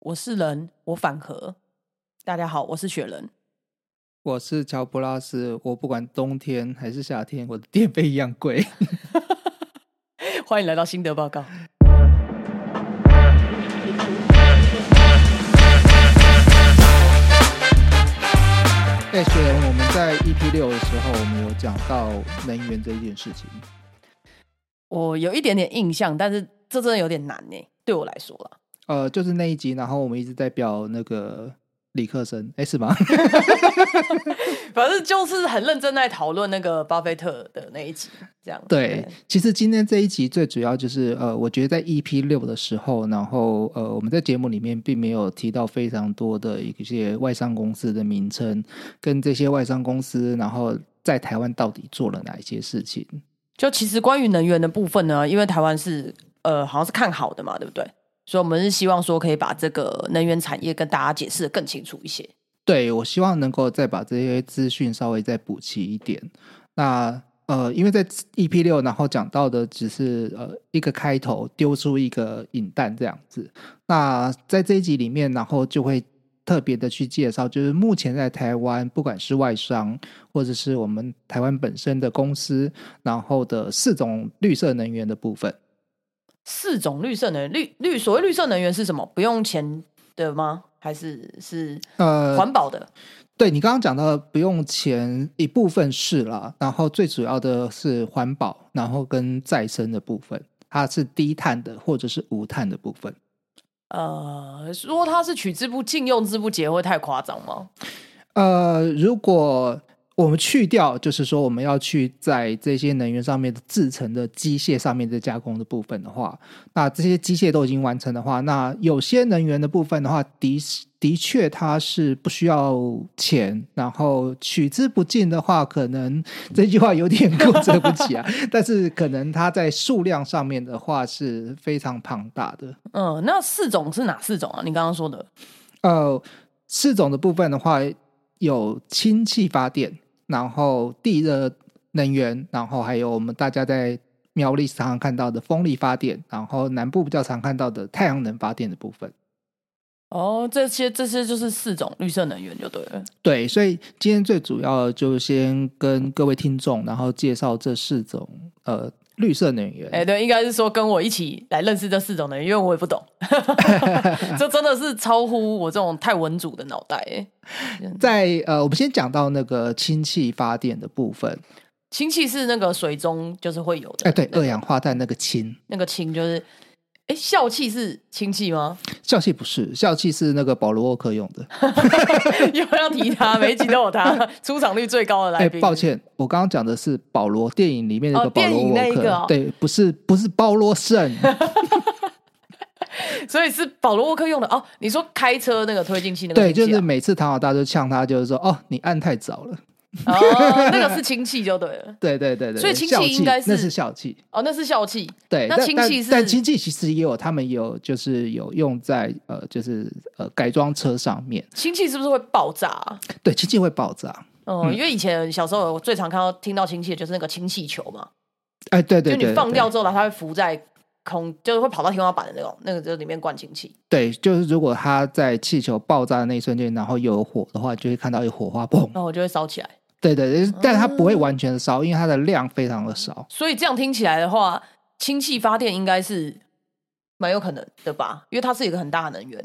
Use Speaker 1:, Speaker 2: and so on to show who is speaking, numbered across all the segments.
Speaker 1: 我是人，我反核。大家好，我是雪人。
Speaker 2: 我是乔布拉斯，我不管冬天还是夏天，我的电费一样贵。
Speaker 1: 欢迎来到心得报告。
Speaker 2: 哎，雪人，我们在 EP 六的时候，我们有讲到能源这一件事情。
Speaker 1: 我有一点点印象，但是这真的有点难呢，对我来说啦。
Speaker 2: 呃，就是那一集，然后我们一直在表那个理科生，哎，是吗？
Speaker 1: 反正就是很认真在讨论那个巴菲特的那一集，这样。
Speaker 2: 对，其实今天这一集最主要就是，呃，我觉得在 EP 六的时候，然后呃，我们在节目里面并没有提到非常多的一些外商公司的名称，跟这些外商公司，然后在台湾到底做了哪一些事情。
Speaker 1: 就其实关于能源的部分呢，因为台湾是呃好像是看好的嘛，对不对？所以我们是希望说可以把这个能源产业跟大家解释的更清楚一些。
Speaker 2: 对，我希望能够再把这些资讯稍微再补齐一点。那呃，因为在 EP 六，然后讲到的只是呃一个开头，丢出一个引弹这样子。那在这一集里面，然后就会特别的去介绍，就是目前在台湾，不管是外商或者是我们台湾本身的公司，然后的四种绿色能源的部分。
Speaker 1: 四种绿色能源，绿绿所谓绿色能源是什么？不用钱的吗？还是是
Speaker 2: 呃，
Speaker 1: 环保的？
Speaker 2: 对你刚刚讲到的不用钱一部分是啦，然后最主要的是环保，然后跟再生的部分，它是低碳的或者是无碳的部分。
Speaker 1: 呃，说它是取之不尽、用之不竭，会太夸张吗？
Speaker 2: 呃，如果我们去掉，就是说我们要去在这些能源上面的制成的机械上面的加工的部分的话，那这些机械都已经完成的话，那有些能源的部分的话，的的确它是不需要钱，然后取之不尽的话，可能这句话有点 过之不及啊，但是可能它在数量上面的话是非常庞大的。
Speaker 1: 嗯，那四种是哪四种啊？你刚刚说的
Speaker 2: 呃，四种的部分的话，有氢气发电，然后地热能源，然后还有我们大家在苗栗常常看到的风力发电，然后南部比较常看到的太阳能发电的部分。
Speaker 1: 哦，这些这些就是四种绿色能源就对了。
Speaker 2: 对，所以今天最主要的就先跟各位听众，然后介绍这四种呃绿色能源。
Speaker 1: 哎、对，应该是说跟我一起来认识这四种能源，因为我也不懂， 这真的是超乎我这种太文主的脑袋、欸。
Speaker 2: 在呃，我们先讲到那个氢气发电的部分。
Speaker 1: 氢气是那个水中就是会有的，
Speaker 2: 哎、对，二氧化碳那个氢，
Speaker 1: 那个氢就是，哎，笑气是氢气吗？
Speaker 2: 笑气不是，笑气是那个保罗沃克用的。
Speaker 1: 又要提他，每一集都有他，出场率最高的来
Speaker 2: 哎、
Speaker 1: 宾。
Speaker 2: 抱歉，我刚刚讲的是保罗电影里面那个
Speaker 1: 哦
Speaker 2: 保
Speaker 1: 电
Speaker 2: 罗
Speaker 1: 影
Speaker 2: 沃
Speaker 1: 那一
Speaker 2: 克，
Speaker 1: 个哦
Speaker 2: 对，不是不是包罗 圣，
Speaker 1: 所以是保罗沃克用的哦。你说开车那个推进器那个
Speaker 2: 对，
Speaker 1: 氢
Speaker 2: 就
Speaker 1: 气啊、
Speaker 2: 是每次唐老大就呛他，就是说哦，你按太早了，
Speaker 1: 哦，那个是氢气就对了。
Speaker 2: 对对对对，
Speaker 1: 所以
Speaker 2: 对
Speaker 1: 氢气
Speaker 2: 笑
Speaker 1: 应该
Speaker 2: 那
Speaker 1: 是
Speaker 2: 是笑气，
Speaker 1: 哦，那是笑气。
Speaker 2: 对，
Speaker 1: 那
Speaker 2: 但
Speaker 1: 氢
Speaker 2: 但
Speaker 1: 气是
Speaker 2: 但氢气其实也有，他们也有就是有用在呃，就是呃改装车上面，
Speaker 1: 氢气是不是会爆炸、啊？
Speaker 2: 对，氢气会爆炸，
Speaker 1: 哦、因为以前小时候我最常看到听到氢气的就是那个氢气球嘛，
Speaker 2: 哎，对对
Speaker 1: 就
Speaker 2: 对，
Speaker 1: 你
Speaker 2: 对
Speaker 1: 放掉，之后它会浮在空，就是会跑到天花板的那种，那个就是里面灌氢气。
Speaker 2: 对，就是如果它在气球爆炸的那一瞬间，然后又有火的话，就会看到有火花砰，
Speaker 1: 然后哦我就会烧起来。
Speaker 2: 对对对，但它
Speaker 1: 哦
Speaker 2: 不会完全的烧，因为它的量非常的少。
Speaker 1: 所以这样听起来的话，氢气发电应该是蛮有可能的吧，因为它是一个很大的能源。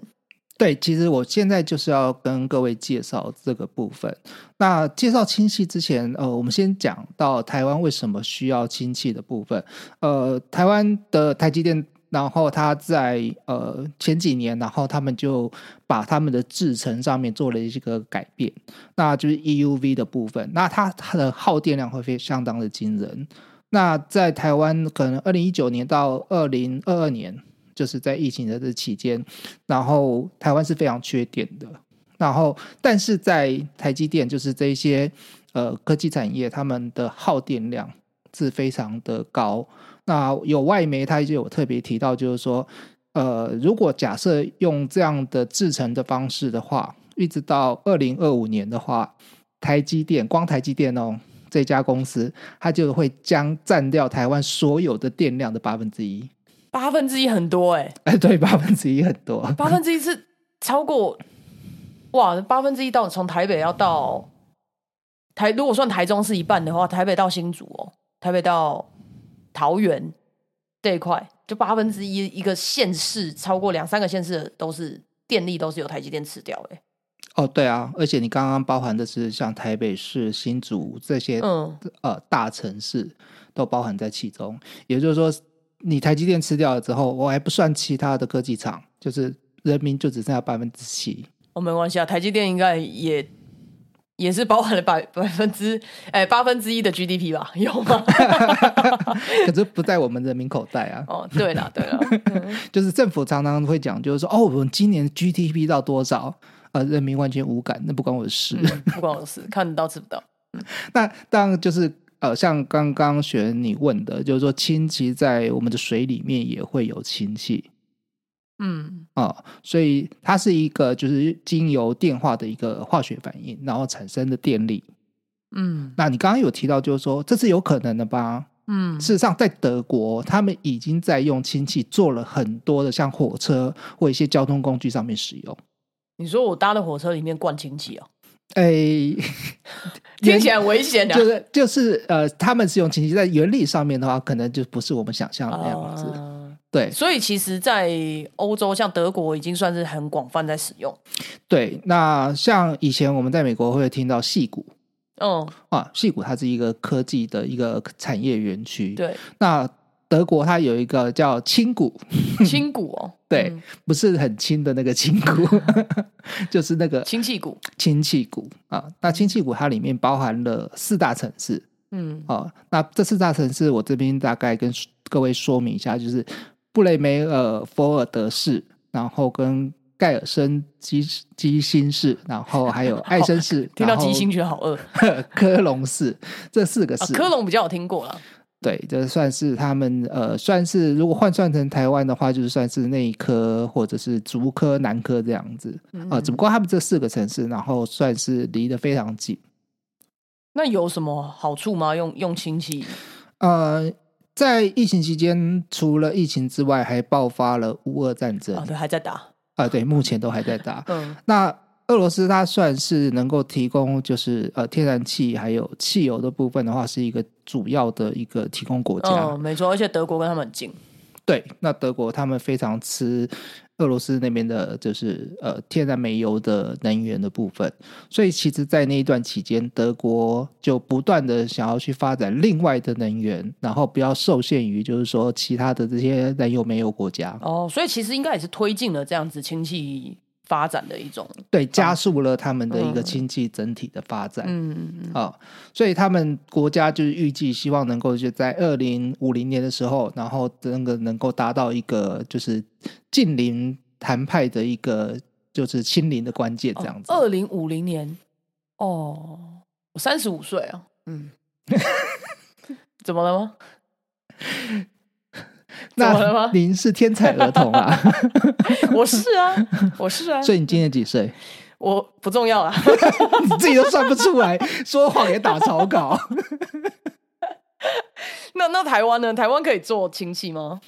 Speaker 2: 对，其实我现在就是要跟各位介绍这个部分。那介绍氢气之前，呃，我们先讲到台湾为什么需要氢气的部分。呃，台湾的台积电，然后它在呃前几年，然后他们就把他们的制程上面做了一个改变，那就是 EUV 的部分。那它它的耗电量会非相当的惊人。那在台湾，可能二零一九年到二零二二年，就是在疫情的这期间，然后台湾是非常缺电的。然后，但是在台积电，就是这一些呃科技产业，他们的耗电量是非常的高。那有外媒它就有特别提到，就是说，呃，如果假设用这样的制成的方式的话，一直到二零二五年的话，台积电光台积电哦这家公司，它就会将占掉台湾所有的电量的八分之一，
Speaker 1: 八分之一很多哎、
Speaker 2: 哎，对，八分之一很多。
Speaker 1: 八分之一是超过哇八分之一到从台北要到台，如果算台中是一半的话，台北到新竹哦，台北到桃园这一块，就八分之一一个县市，超过两三个县市的都是电力都是由台积电吃掉欸的、
Speaker 2: 哦，对啊，而且你刚刚包含的是像台北市、新竹这些、
Speaker 1: 嗯，
Speaker 2: 呃大城市都包含在其中。也就是说，你台积电吃掉了之后，我还不算其他的科技厂，就是人民就只剩下百分之七。
Speaker 1: 哦没关系啊，台积电应该也。也是包含了百 百分之哎八分之一的 GDP 吧， 有吗？
Speaker 2: 可是不在我们人民口袋啊。
Speaker 1: 哦，对了对了，
Speaker 2: 就是政府常常会讲，就是说哦，我们今年 GDP 到多少，呃，人民完全无感，那不关我的事。
Speaker 1: 嗯不关我的事，看得到吃不到。
Speaker 2: 那当然就是呃，像刚刚雪你问的，就是说氢其实在我们的水里面也会有氢气
Speaker 1: 嗯，
Speaker 2: 啊、所以它是一个就是经由电化的一个化学反应，然后产生的电力。
Speaker 1: 嗯
Speaker 2: 那你刚刚有提到，就是说这是有可能的吧？
Speaker 1: 嗯
Speaker 2: 事实上，在德国，他们已经在用氢气做了很多的，像火车或一些交通工具上面使用。
Speaker 1: 你说我搭的火车里面灌氢气哦，
Speaker 2: 诶，
Speaker 1: 听起来很危险的、啊。
Speaker 2: 哎就是就是呃，他们是用氢气，在原理上面的话，可能就不是我们想象的那样子。
Speaker 1: 啊
Speaker 2: 对
Speaker 1: 所以其实，在欧洲，像德国已经算是很广泛在使用。
Speaker 2: 对，那像以前我们在美国会听到戏骨
Speaker 1: 嗯，
Speaker 2: 啊，戏骨它是一个科技的一个产业园区。
Speaker 1: 对，
Speaker 2: 那德国它有一个叫轻骨，
Speaker 1: 氢股哦，
Speaker 2: 对，
Speaker 1: 嗯
Speaker 2: 不是很轻的那个轻骨， 就是那个
Speaker 1: 氢气股，
Speaker 2: 氢气骨啊。那氢气骨它里面包含了四大城市，
Speaker 1: 嗯
Speaker 2: 哦，那这四大城市，我这边大概跟各位说明一下，就是布雷梅尔佛尔德市，然后跟盖尔森基基辛市，然后
Speaker 1: ，
Speaker 2: 还有艾森市
Speaker 1: 听到
Speaker 2: 然后
Speaker 1: 鸡心觉得好饿。
Speaker 2: 科隆市这四个
Speaker 1: 啊
Speaker 2: 市，
Speaker 1: 科隆比较有听过啦。
Speaker 2: 对，这算是他们呃，算是如果换算成台湾的话，就是算是内科或者是竹科、南科这样子啊、呃只不过他们这四个城市，然后算是离得非常近。
Speaker 1: 那有什么好处吗？用用氢气？
Speaker 2: 呃，在疫情期间，除了疫情之外，还爆发了乌俄战争
Speaker 1: 啊，
Speaker 2: 啊、
Speaker 1: 对，还在打。
Speaker 2: 对，目前都还在打。
Speaker 1: 嗯
Speaker 2: 那俄罗斯它算是能够提供，就是呃天然气还有汽油的部分的话，是一个主要的一个提供国家。
Speaker 1: 嗯，没错，而且德国跟他们很近。
Speaker 2: 对，那德国他们非常吃俄罗斯那边的，就是呃天然煤油的能源的部分，所以其实，在那一段期间，德国就不断的想要去发展另外的能源，然后不要受限于就是说其他的这些燃油煤油国家，
Speaker 1: 哦，所以其实应该也是推进了这样子氢气发展的一种。
Speaker 2: 对，加速了他们的一个
Speaker 1: 啊嗯
Speaker 2: 经济整体的发展。
Speaker 1: 嗯，
Speaker 2: 啊、所以他们国家就是预计希望能够就在二零五零年的时候，然后那个能够达到一个就是近邻谈判的一个就是清零的关
Speaker 1: 哦
Speaker 2: 键这样子。
Speaker 1: 二零五零年，哦，我三十五岁啊，嗯， 怎么了吗？怎么了
Speaker 2: 那
Speaker 1: 吗
Speaker 2: 您是天才儿童 啊，
Speaker 1: 我是啊，我是啊，
Speaker 2: 所以你今年几岁？
Speaker 1: 我不重要啦。
Speaker 2: 你自己都算不出来，说谎也打草稿。
Speaker 1: 那那台湾呢？台湾可以做亲戚吗？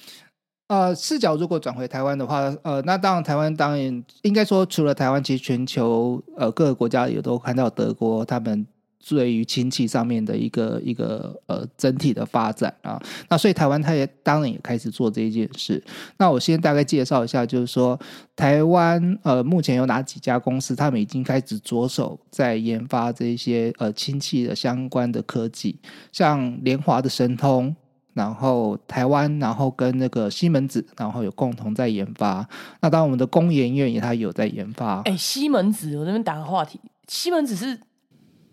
Speaker 2: 呃，视角如果转回台湾的话，呃，那当然台湾当然应该说，除了台湾，其实全球呃各个国家也都看到德国他们对于氢气上面的一个一个呃整体的发展啊。那所以台湾它也当然也开始做这一件事。那我先大概介绍一下，就是说台湾呃目前有哪几家公司，他们已经开始着手在研发这一些呃氢气的相关的科技，像联华的神通，然后台湾，然后跟那个西门子，然后有共同在研发。那当然，我们的工研院也它有在研发。
Speaker 1: 哎、西门子，我这边打个话题，西门子是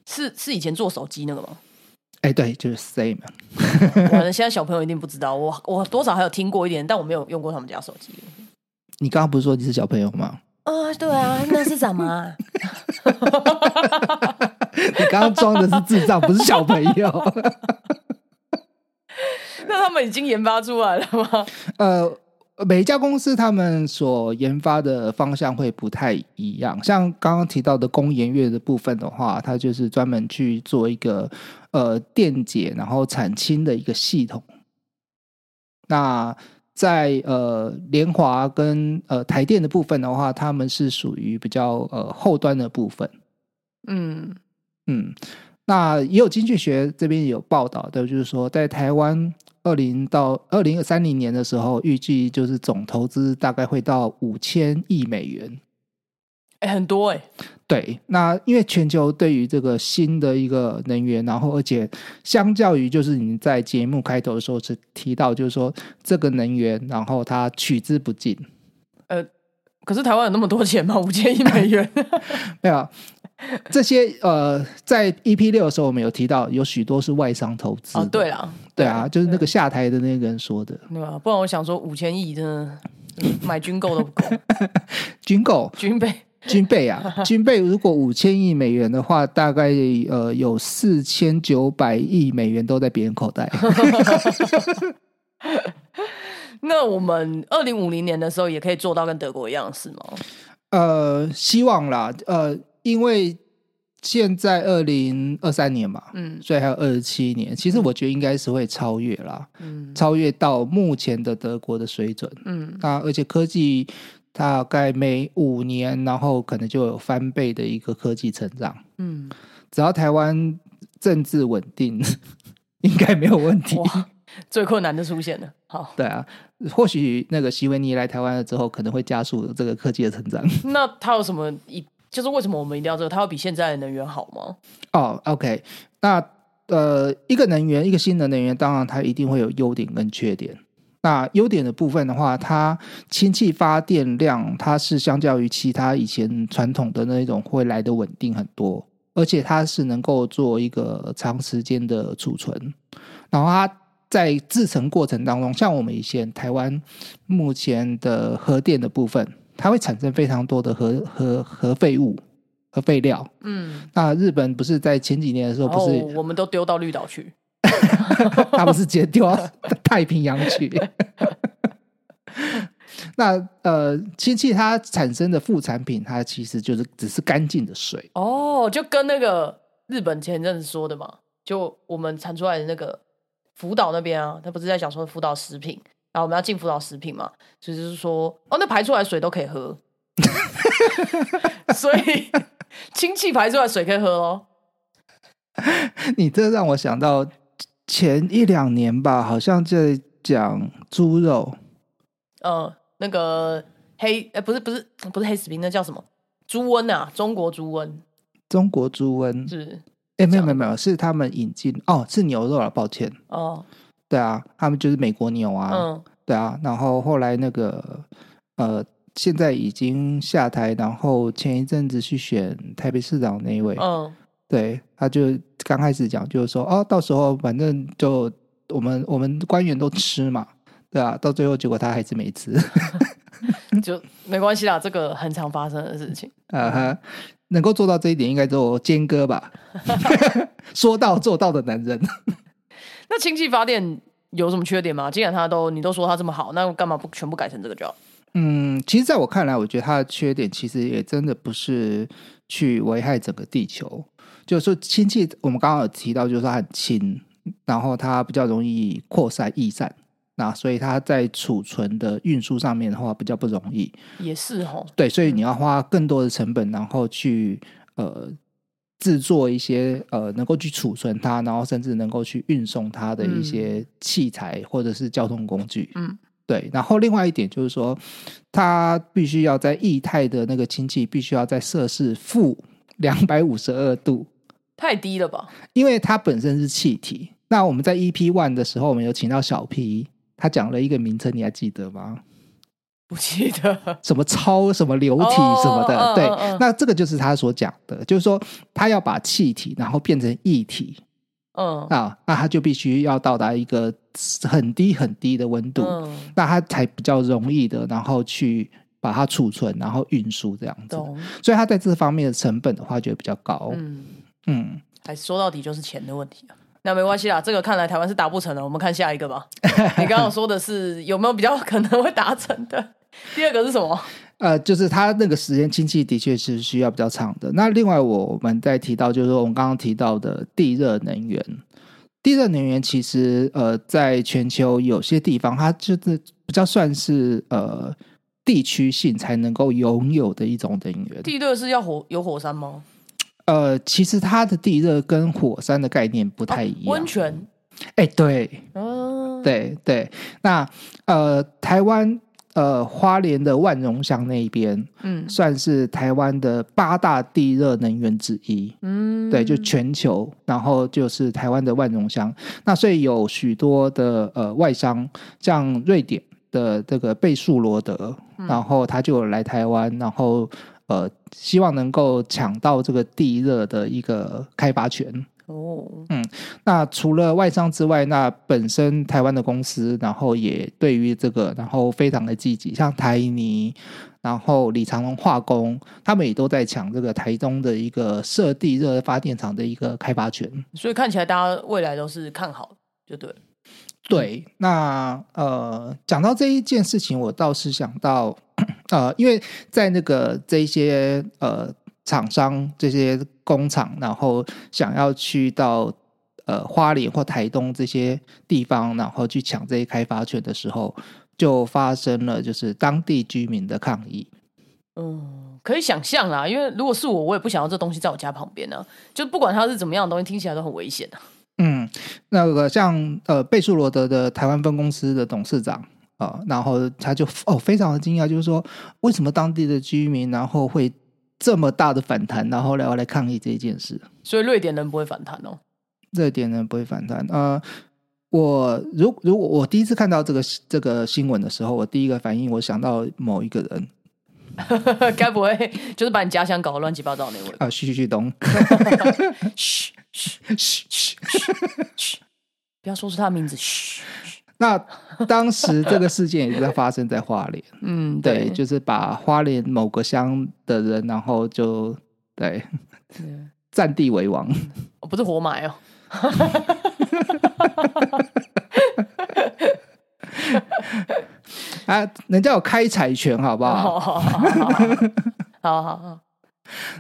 Speaker 1: 是是以前做手机那个 吗？
Speaker 2: 哎，对，就是 same。
Speaker 1: 可能现在小朋友一定不知道，我我多少还有听过一点，但我没有用过他们家手机。
Speaker 2: 你刚刚不是说你是小朋友吗？
Speaker 1: 啊、对啊，那是什么啊？
Speaker 2: 你刚刚装的是智障，不是小朋友。
Speaker 1: 那他们已经研发出来了吗？
Speaker 2: 呃，每一家公司他们所研发的方向会不太一样。像刚刚提到的工研院的部分的话，它就是专门去做一个呃电解然后产氢的一个系统。那在呃联华跟呃台电的部分的话，他们是属于比较呃后端的部分。
Speaker 1: 嗯
Speaker 2: 嗯，那也有经济学这边有报道的，就是说在台湾二零到二零三零年的时候，预计就是总投资大概会到五千亿美元。
Speaker 1: 哎、很多哎、
Speaker 2: 对，那因为全球对于这个新的一个能源，然后而且相较于就是你在节目开头的时候是提到，就是说这个能源，然后它取之不尽，
Speaker 1: 可是台湾有那么多钱吗？五 千亿美 元，
Speaker 2: 没有啊这些呃，在 EP 六的时候我们有提到，有许多是外商投资的、
Speaker 1: 哦，对啦，
Speaker 2: 对啊，就是那个下台的那个人说的，
Speaker 1: 对吧？不然我想说五千亿真的嗯买军购都不够，
Speaker 2: 军购
Speaker 1: 军备
Speaker 2: 军 备啊，军备如果五千亿美元的话，大概呃有四千九百亿美元都在别人 口袋。
Speaker 1: 那我们二零五零年的时候也可以做到跟德国一样，是吗？
Speaker 2: 呃，希望啦，呃，因为现在二零二三年嘛，
Speaker 1: 嗯
Speaker 2: 所以还有二十七年，其实我觉得应该是会超越啦，
Speaker 1: 嗯
Speaker 2: 超越到目前的德国的水准。
Speaker 1: 嗯
Speaker 2: 那而且科技大概每五年，然后可能就有翻倍的一个科技成长。
Speaker 1: 嗯，
Speaker 2: 只要台湾政治稳定， 应该没有问题。
Speaker 1: 哇， 最困难的出现了，好，
Speaker 2: 对啊，或许那个席维尼来台湾了之后，可能会加速这个科技的成长。
Speaker 1: 那它有什么一？就是为什么我们一定要这个？它要比现在的能源好吗？
Speaker 2: 哦，OK，那呃，一个能源，一个新的能源，当然它一定会有优点跟缺点。那优点的部分的话，它氢气发电量，它是相较于其他以前传统的那一种会来的稳定很多，而且它是能够做一个长时间的储存。然后它在制成过程当中，像我们以前台湾目前的核电的部分，它会产生非常多的核核核废物、核废料。
Speaker 1: 嗯，
Speaker 2: 那日本不是在前几年的时候，
Speaker 1: 然后
Speaker 2: 哦不是、
Speaker 1: 哦我们都丢到绿岛去，
Speaker 2: 他不是直接丢到太平洋去？ 那呃，氢气它产生的副产品，它其实就是只是干净的水。
Speaker 1: 哦，就跟那个日本前阵子说的嘛，就我们产出来的那个福岛那边啊，他不是在讲说福岛食品，然后我们要进福岛食品嘛，所以就是说，哦，那排出来的水都可以喝， 所以氢气排出来的水可以喝咯。
Speaker 2: 你这让我想到前一两年吧，好像在讲猪肉
Speaker 1: 嗯，那个黑，呃，不是不是不是黑死病，那叫什么？猪瘟啊，中国猪瘟
Speaker 2: 中国猪瘟，
Speaker 1: 是不是
Speaker 2: 哎，没有没有没有，是他们引进哦，是牛肉了，抱歉，
Speaker 1: 哦，
Speaker 2: 对啊，他们就是美国牛啊，
Speaker 1: 嗯
Speaker 2: 对啊，然后后来那个呃，现在已经下台，然后前一阵子去选台北市长那一位，
Speaker 1: 嗯
Speaker 2: 对，他就刚开始讲就是说，哦，到时候反正就我们我们官员都吃嘛，对啊，到最后结果他还是没吃，
Speaker 1: 就没关系啦，这个很常发生的事情。
Speaker 2: 啊哈，能够做到这一点，应该只有坚哥吧，说到做到的男人。
Speaker 1: 那氢气发电有什么缺点吗？既然它都你都说它这么好，那干嘛不全部改成这个就好？
Speaker 2: 嗯，其实在我看来，我觉得它的缺点其实也真的不是去危害整个地球，就是说氢气，我们刚刚有提到，就是说它很轻，然后它比较容易扩散易散，那所以它在储存的运输上面的话比较不容易，
Speaker 1: 也是哦吼，
Speaker 2: 对，所以你要花更多的成本，然后去呃制作一些呃能够去储存它，然后甚至能够去运送它的一些器材或者是交通工具。
Speaker 1: 嗯，
Speaker 2: 对。然后另外一点就是说，它必须要在液态的那个氢气必须要在摄氏负两百五十二度，
Speaker 1: 太低了吧？
Speaker 2: 因为它本身是气体。那我们在 EP one 的时候，我们有请到小 P，他讲了一个名称，你还记得吗？
Speaker 1: 不记得，
Speaker 2: 什么超什么流体
Speaker 1: 哦
Speaker 2: 什么的，
Speaker 1: 嗯
Speaker 2: 对，
Speaker 1: 嗯嗯
Speaker 2: 那这个就是他所讲的，就是说他要把气体然后变成液体
Speaker 1: 嗯
Speaker 2: 啊，那他就必须要到达一个很低很低的温度，
Speaker 1: 嗯，
Speaker 2: 那他才比较容易的，然后去把它储存，然后运输这样子，
Speaker 1: 懂，
Speaker 2: 所以他在这方面的成本的话就会比较高，
Speaker 1: 嗯，
Speaker 2: 嗯，
Speaker 1: 还说到底就是钱的问题啊。那没关系啦，这个看来台湾是达不成了，我们看下一个 吧。你刚刚说的是有没有比较可能会达成的？ 第二个是什么？
Speaker 2: 呃，就是它那个时间氢气的确是需要比较长的。那另外我们在提到，就是说我们刚刚提到的地热能源，地热能源其实呃，在全球有些地方，它就是比较算是呃地区性才能够拥有的一种能源。
Speaker 1: 地热是要火有火山吗？
Speaker 2: 呃，其实它的地热跟火山的概念不太一样。
Speaker 1: 哦温泉，
Speaker 2: 哎、对
Speaker 1: 嗯、
Speaker 2: 对对，那呃，台湾呃花莲的万荣乡那一边，
Speaker 1: 嗯
Speaker 2: 算是台湾的八大地热能源之一。
Speaker 1: 嗯，
Speaker 2: 对，就全球，然后就是台湾的万荣乡。那所以有许多的呃外商，像瑞典的这个贝素罗德，
Speaker 1: 嗯
Speaker 2: 然后他就有来台湾，然后呃希望能够抢到这个地热的一个开发权。
Speaker 1: 哦，
Speaker 2: 那除了外商之外，那本身台湾的公司，然后也对于这个，然后非常的积极，像台泥，然后李长龙化工，他们也都在抢这个台东的一个设地热发电厂的一个开发权。
Speaker 1: 所以看起来大家未来都是看好，就对了。
Speaker 2: 对，那呃，讲到这一件事情，我倒是想到，呃，因为在那个这一些呃厂商、这些工厂，然后想要去到呃花莲或台东这些地方，然后去抢这些开发权的时候，就发生了就是当地居民的抗议。
Speaker 1: 嗯，可以想象啦，因为如果是我，我也不想要这东西在我家旁边呢、啊。就不管它是怎么样的东西，听起来都很危险啊。
Speaker 2: 嗯，那个像呃贝素罗德的台湾分公司的董事长啊、呃然后他就哦非常的惊讶，就是说为什么当地的居民然后会这么大的反弹，然后来来抗议这件事，
Speaker 1: 所以瑞典人不会反弹哦。
Speaker 2: 这点呢不会反弹。呃，我如如果我第一次看到这个这个新闻的时候，我第一个反应我想到某一个人
Speaker 1: 该不会就是把你家乡搞得乱七八糟那位？
Speaker 2: 啊，徐旭 东，
Speaker 1: 嘘嘘嘘嘘嘘，不要说出他的名字。嘘，嘘
Speaker 2: 那当时这个事件也在发生在花莲。
Speaker 1: 嗯，
Speaker 2: 对，就是把花莲某个乡的人，然后就对
Speaker 1: 对
Speaker 2: 占地为王。
Speaker 1: 哦不是活埋哦。
Speaker 2: 啊，人家有开采权，好不好？
Speaker 1: 哦好好好好好好好，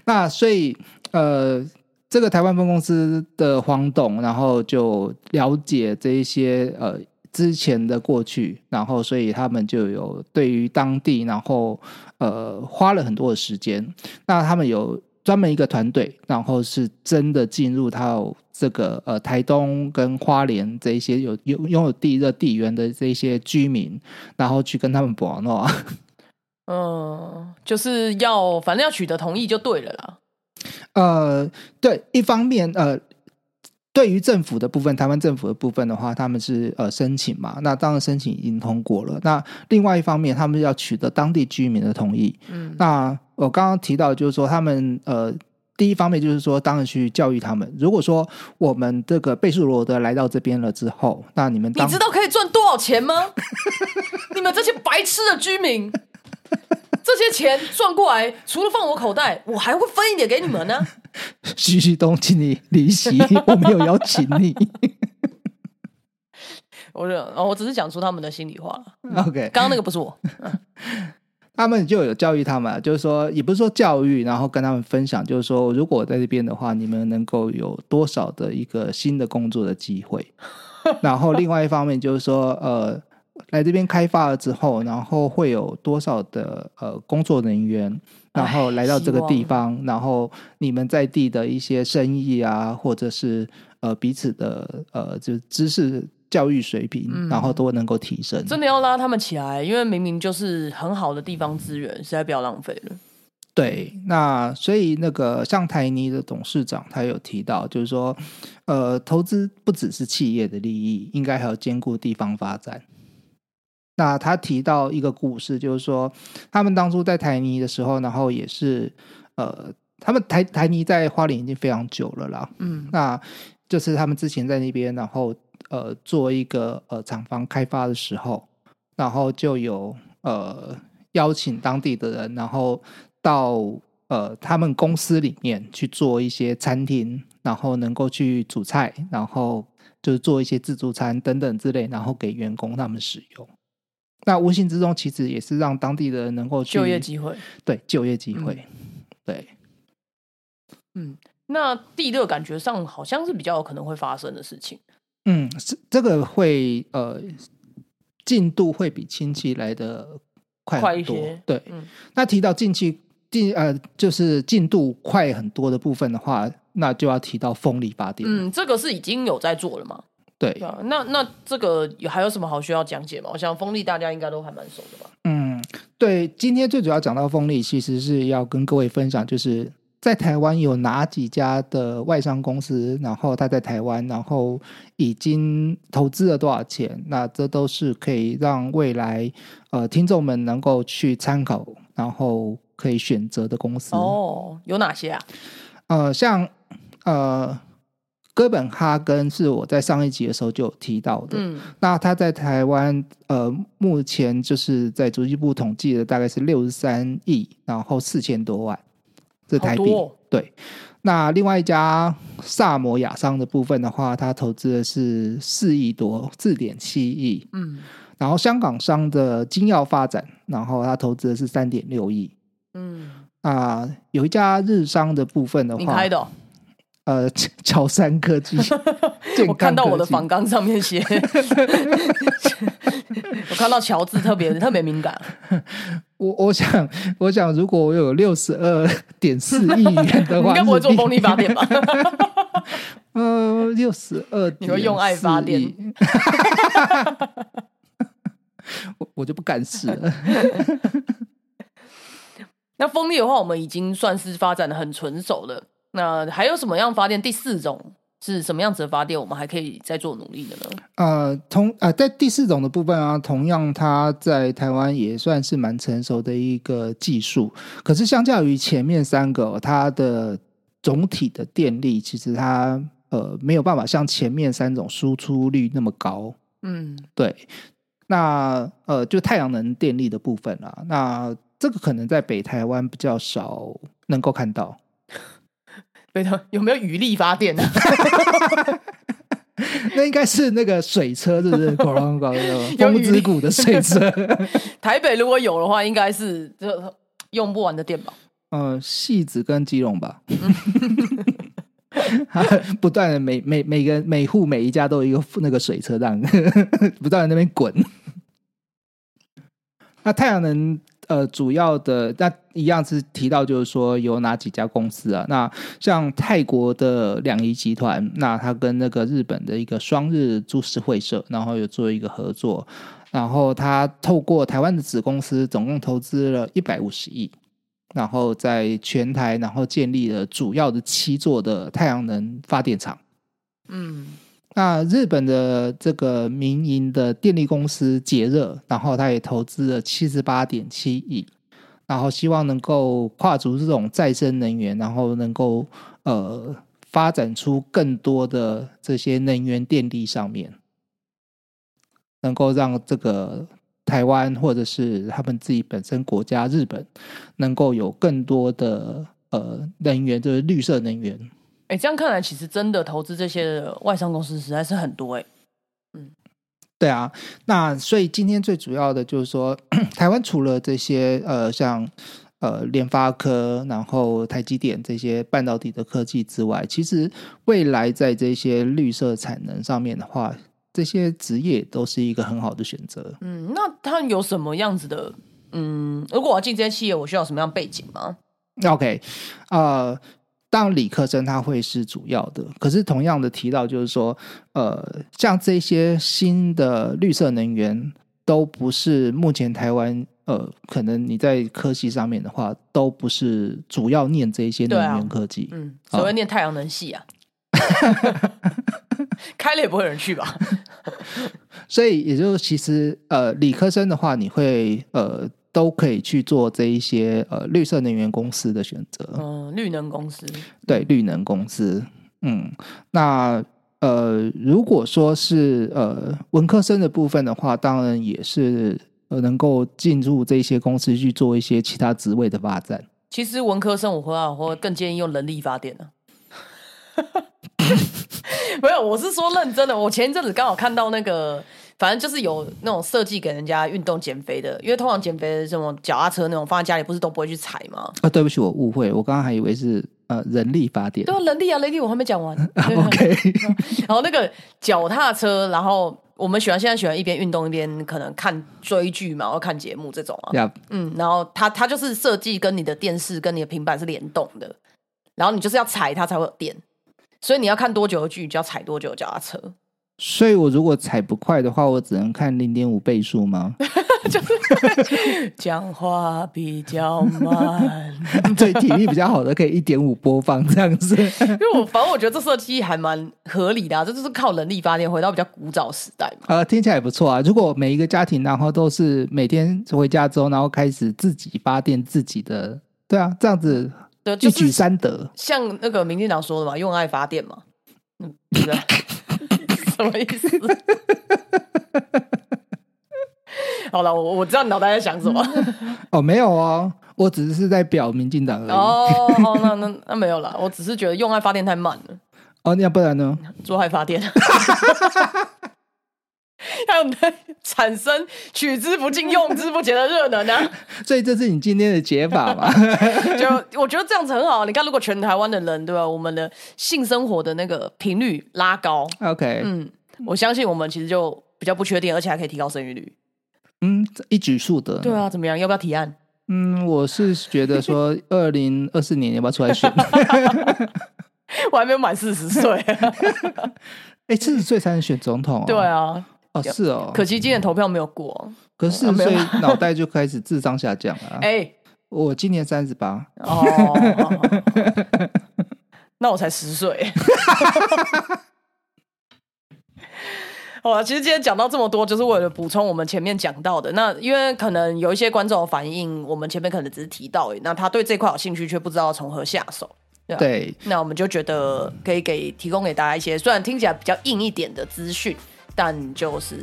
Speaker 2: 那所以呃，这个台湾分公司的黄董，然后就了解这一些呃之前的过去，然后所以他们就有对于当地，然后呃花了很多的时间。那他们有专门一个团队，然后是真的进入到这个呃台东跟花莲这一些有有拥有地热地缘的这一些居民，然后去跟他们玩哦闹。
Speaker 1: 嗯，就是要反正要取得同意就对了啦。
Speaker 2: 呃，对，一方面呃。对于政府的部分，台湾政府的部分的话，他们是呃申请嘛，那当然申请已经通过了。那另外一方面，他们要取得当地居民的同意，
Speaker 1: 嗯
Speaker 2: 那我刚刚提到，就是说他们呃，第一方面就是说，当然去教育他们。如果说我们这个贝素罗德来到这边了之后，那你们
Speaker 1: 你
Speaker 2: 当
Speaker 1: 知道可以赚多少钱吗？ 你们这些白痴的居民，这些钱赚过来，除了放我口袋，我还会分一点给你们呢、
Speaker 2: 徐旭东，请你离席，我没有邀请你。
Speaker 1: 我就哦，我只是讲出他们的心里话了。
Speaker 2: OK，
Speaker 1: 刚刚那个不是我，
Speaker 2: 他们就有教育他们，就是说，也不是说教育，然后跟他们分享，就是说，如果我在这边的话，你们能够有多少的一个新的工作的机会。 然后另外一方面就是说，呃，来这边开发了之后，然后会有多少的呃工作人员，然后来到这个地方，然后你们在地的一些生意啊，或者是呃彼此的呃就是知识教育水平，然后都能够提升。
Speaker 1: 真的要拉他们起来，因为明明就是很好的地方资源，实在不要浪费了。
Speaker 2: 对，那所以那个像台泥的董事长，他有提到，就是说，呃，投资不只是企业的利益，应该还有兼顾地方发展。那他提到一个故事，就是说，他们当初在台泥的时候，然后也是，呃，他们台台泥在花莲已经非常久了啦，
Speaker 1: 嗯
Speaker 2: 那就是他们之前在那边，然后呃做一个呃厂房开发的时候，然后就有呃邀请当地的人，然后到呃他们公司里面去做一些餐厅，然后能够去煮菜，然后就是做一些自助餐等等之类，然后给员工他们使用。那无形之中，其实也是让当地的人能够去
Speaker 1: 就业机嗯会。
Speaker 2: 对就业机会，对。
Speaker 1: 嗯，那地热感觉上好像是比较有可能会发生的事情，
Speaker 2: 嗯，是这个会呃进度会比亲戚来的快
Speaker 1: 快
Speaker 2: 很
Speaker 1: 一
Speaker 2: 多
Speaker 1: 些
Speaker 2: 对，
Speaker 1: 嗯
Speaker 2: 那提到近期进呃就是进度快很多的部分的话，那就要提到风力发电。，
Speaker 1: 嗯，这个是已经有在做了嘛？
Speaker 2: 对
Speaker 1: 对，啊，那那这个有还有什么好需要讲解吗？我想风力大家应该都还蛮熟的吧？
Speaker 2: 嗯，对，今天最主要讲到风力，其实是要跟各位分享，就是在台湾有哪几家的外商公司，然后他在台湾，然后已经投资了多少钱，那这都是可以让未来呃听众们能够去参考，然后可以选择的公司。
Speaker 1: 哦，有哪些啊？
Speaker 2: 呃，像呃哥本哈根是我在上一集的时候就有提到的，
Speaker 1: 嗯，
Speaker 2: 那他在台湾，呃，目前就是在足迹部统计的大概是六十三亿，然后四千多万，这
Speaker 1: 好
Speaker 2: 台币。
Speaker 1: 多哦、
Speaker 2: 对，那另外一家萨摩亚商的部分的话，它投资的是四亿多，四点七亿。
Speaker 1: 嗯
Speaker 2: 然后香港商的金耀发展，然后它投资的是三点六亿。
Speaker 1: 嗯，
Speaker 2: 啊、有一家日商的部分的
Speaker 1: 你
Speaker 2: 话
Speaker 1: 开，的哦、
Speaker 2: 呃，乔山 科技，健
Speaker 1: 我
Speaker 2: 康
Speaker 1: 看到我的
Speaker 2: 科技
Speaker 1: 访纲上面 写， 我看到乔治特别特别敏感，啊
Speaker 2: 我我想，我想，如果我有六十二点 四亿元
Speaker 1: 你
Speaker 2: 的
Speaker 1: 应
Speaker 2: 话，
Speaker 1: 该不会做
Speaker 2: 日币
Speaker 1: 风力发电 吧？
Speaker 2: 呃，六十二，
Speaker 1: 你会用爱发电？
Speaker 2: 我我就不敢试了。
Speaker 1: 那风力的话，我们已经算是发展的很纯熟了。那还有什么样发电？第四种是什么样子的发电？我们还可以再做努力的呢？
Speaker 2: 呃，同呃，在第四种的部分啊，同样它在台湾也算是蛮成熟的一个技术，可是相较于前面三个哦、它的总体的电力其实它呃没有办法像前面三种输出率那么高。
Speaker 1: 嗯，
Speaker 2: 对，那呃，就太阳能电力的部分啦、那这个可能在北台湾比较少能够看到。
Speaker 1: 对的，有没有雨力发电呢、
Speaker 2: 那应该是那个水车，是不是？咣咣咣咣，
Speaker 1: 有
Speaker 2: 风
Speaker 1: 雨
Speaker 2: 之
Speaker 1: 力
Speaker 2: 谷的水车。
Speaker 1: 台北如果有的话，应该是这用不完的电吧？
Speaker 2: 呃，戏子跟基隆吧。 它不断的每每每个每户每一家都有一个那个水车让 不断的那边滚。 那太阳能呃主要的那一样是提到就是说有哪几家公司啊？那像泰国的两仪集团，那它跟那个日本的一个双日株式会社，然后有做一个合作，然后它透过台湾的子公司，总共投资了一百五十亿。然后在全台，然后建立了主要的七座的太阳能发电厂。
Speaker 1: 嗯，
Speaker 2: 那日本的这个民营的电力公司捷热，然后它也投资了七十八点七亿，然后希望能够跨足这种再生能源，然后能够呃发展出更多的这些能源电力上面，能够让这个台湾或者是他们自己本身国家日本能够有更多的呃能源，就是绿色能源。
Speaker 1: 哎、这样看来，其实真的投资这些外商公司实在是很多哎、
Speaker 2: 对啊，那所以今天最主要的就是说，台湾除了这些呃，像呃联发科，然后台积电这些半导体的科技之外，其实未来在这些绿色产能上面的话，这些职业都是一个很好的选择。
Speaker 1: 嗯，那他有什么样子的？嗯，如果我要进这些企业，我需要什么样背景吗？
Speaker 2: OK，呃，当然理科生他会是主要的，可是同样的提到就是说，呃，像这些新的绿色能源都不是目前台湾。呃，可能你在科系上面的话，都不是主要念这些
Speaker 1: 对啊
Speaker 2: 能源科技。
Speaker 1: 嗯，
Speaker 2: 好
Speaker 1: 谁会念太阳能 系啊？开了也不会有人去 吧？
Speaker 2: 所以也就其实呃，理科生的话，你会呃都可以去做这一些呃绿色能源公司的选择。
Speaker 1: 嗯，绿能公司，
Speaker 2: 对绿能公司，嗯，那呃，如果说是呃文科生的部分的话，当然也是呃能够进入这些公司去做一些其他职位的发展。
Speaker 1: 其实文科生我会啊，我会更建议用人力发电呢、 没有，我是说认真的。我前一阵子刚好看到那个，反正就是有那种设计给人家运动减肥的，因为通常减肥的这种脚踏车那种放在家里不是都不会去踩吗？
Speaker 2: 啊，对不起，我误会，我刚刚还以为是呃人力发电
Speaker 1: 对。啊，人力啊，人力我还没讲 完。对啊
Speaker 2: OK，
Speaker 1: 然后那个脚踏车，然后我们喜欢现在喜欢一边运动一边可能看追剧嘛，或看节目这种啊。
Speaker 2: 呀，
Speaker 1: 嗯，然后它它就是设计跟你的电视跟你的平板是联动的，然后你就是要踩它才会有电，所以你要看多久的剧，你就要踩多久的脚踏车，
Speaker 2: 所以我如果踩不快的话，我只能看零点五倍速吗？
Speaker 1: 讲话比较慢。
Speaker 2: 对，体力比较好的可以一点五播放这样 子。
Speaker 1: 因为我反正我觉得这设计还蛮合理的、啊，这就是靠人力发电，回到比较古早时代嘛。
Speaker 2: 呃，听起来也不错啊。如果每一个家庭，然后都是每天回家之后，然后开始自己发电自己的，对啊，这样子
Speaker 1: 对，
Speaker 2: 一
Speaker 1: 就
Speaker 2: 举
Speaker 1: 是
Speaker 2: 三得。
Speaker 1: 像那个民进党说的嘛，用爱发电嘛，嗯，是不是什么意思？ 好了，我我知道你脑袋在想什么。
Speaker 2: 哦，没有哦，我只是在表民进党而已。哦，
Speaker 1: 哦，哦那那那没有啦，我只是觉得用爱发电太慢了，
Speaker 2: 要哦不然 呢？
Speaker 1: 做爱发电，还有产生取之不尽、用之不竭的热能啊！
Speaker 2: 所以这是你今天的解法 嘛？
Speaker 1: 就我觉得这样子很好。你看，如果全台湾的人对吧，我们的性生活的那个频率拉高，
Speaker 2: OK，嗯
Speaker 1: 嗯，我相信我们其实就比较不缺电，而且还可以提高生育率。
Speaker 2: 嗯一举数得。
Speaker 1: 对啊，怎么样？要不要提案？
Speaker 2: 嗯，我是觉得说，二零二四年要不要出 来选？
Speaker 1: 我还没有满四十岁。
Speaker 2: 哎，四十岁才能选总统、哦。
Speaker 1: 对，啊，
Speaker 2: 哦是哦，
Speaker 1: 可惜今年投票没有过。
Speaker 2: 可是四十
Speaker 1: 没有
Speaker 2: 岁
Speaker 1: 啦
Speaker 2: 脑袋就开始智商下降了啊、
Speaker 1: 哎、
Speaker 2: 我今年三十八，
Speaker 1: 哦，那我才十岁。 好了，其实今天讲到这么多，就是为了补充我们前面讲到的。那因为可能有一些观众有反映，我们前面可能只是提到而已，那他对这块有兴趣，却不知道从何下手。对啊
Speaker 2: 对，
Speaker 1: 那我们就觉得可以给提供给大家一些虽然听起来比较硬一点的资讯，但就是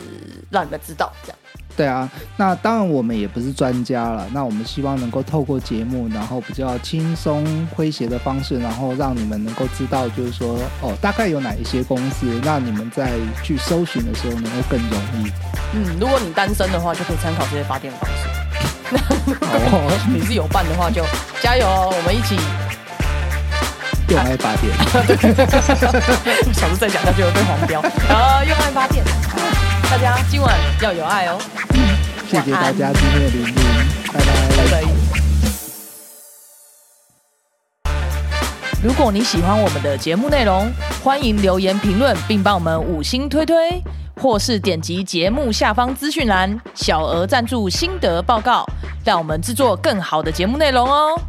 Speaker 1: 让你们知道这样。
Speaker 2: 对啊，那当然我们也不是专家了，那我们希望能够透过节目，然后比较轻松诙谐的方式，然后让你们能够知道，就是说哦，大概有哪一些公司，让你们在去搜寻的时候能够更容易。
Speaker 1: 嗯，如果你单身的话，就可以参考这些发电方式。
Speaker 2: 好哦，
Speaker 1: 你是有伴的话，就加油哦，我们一起。
Speaker 2: 用爱发电，
Speaker 1: 小时再讲下去会被黄标。好，用爱发电，大家今晚要有爱哦，
Speaker 2: 谢谢大家今天的聆听，拜
Speaker 1: 拜拜。如果你喜欢我们的节目内容，欢迎留言评论，并帮我们五星推推，或是点击节目下方资讯栏小额赞助心得报告，让我们制作更好的节目内容哦。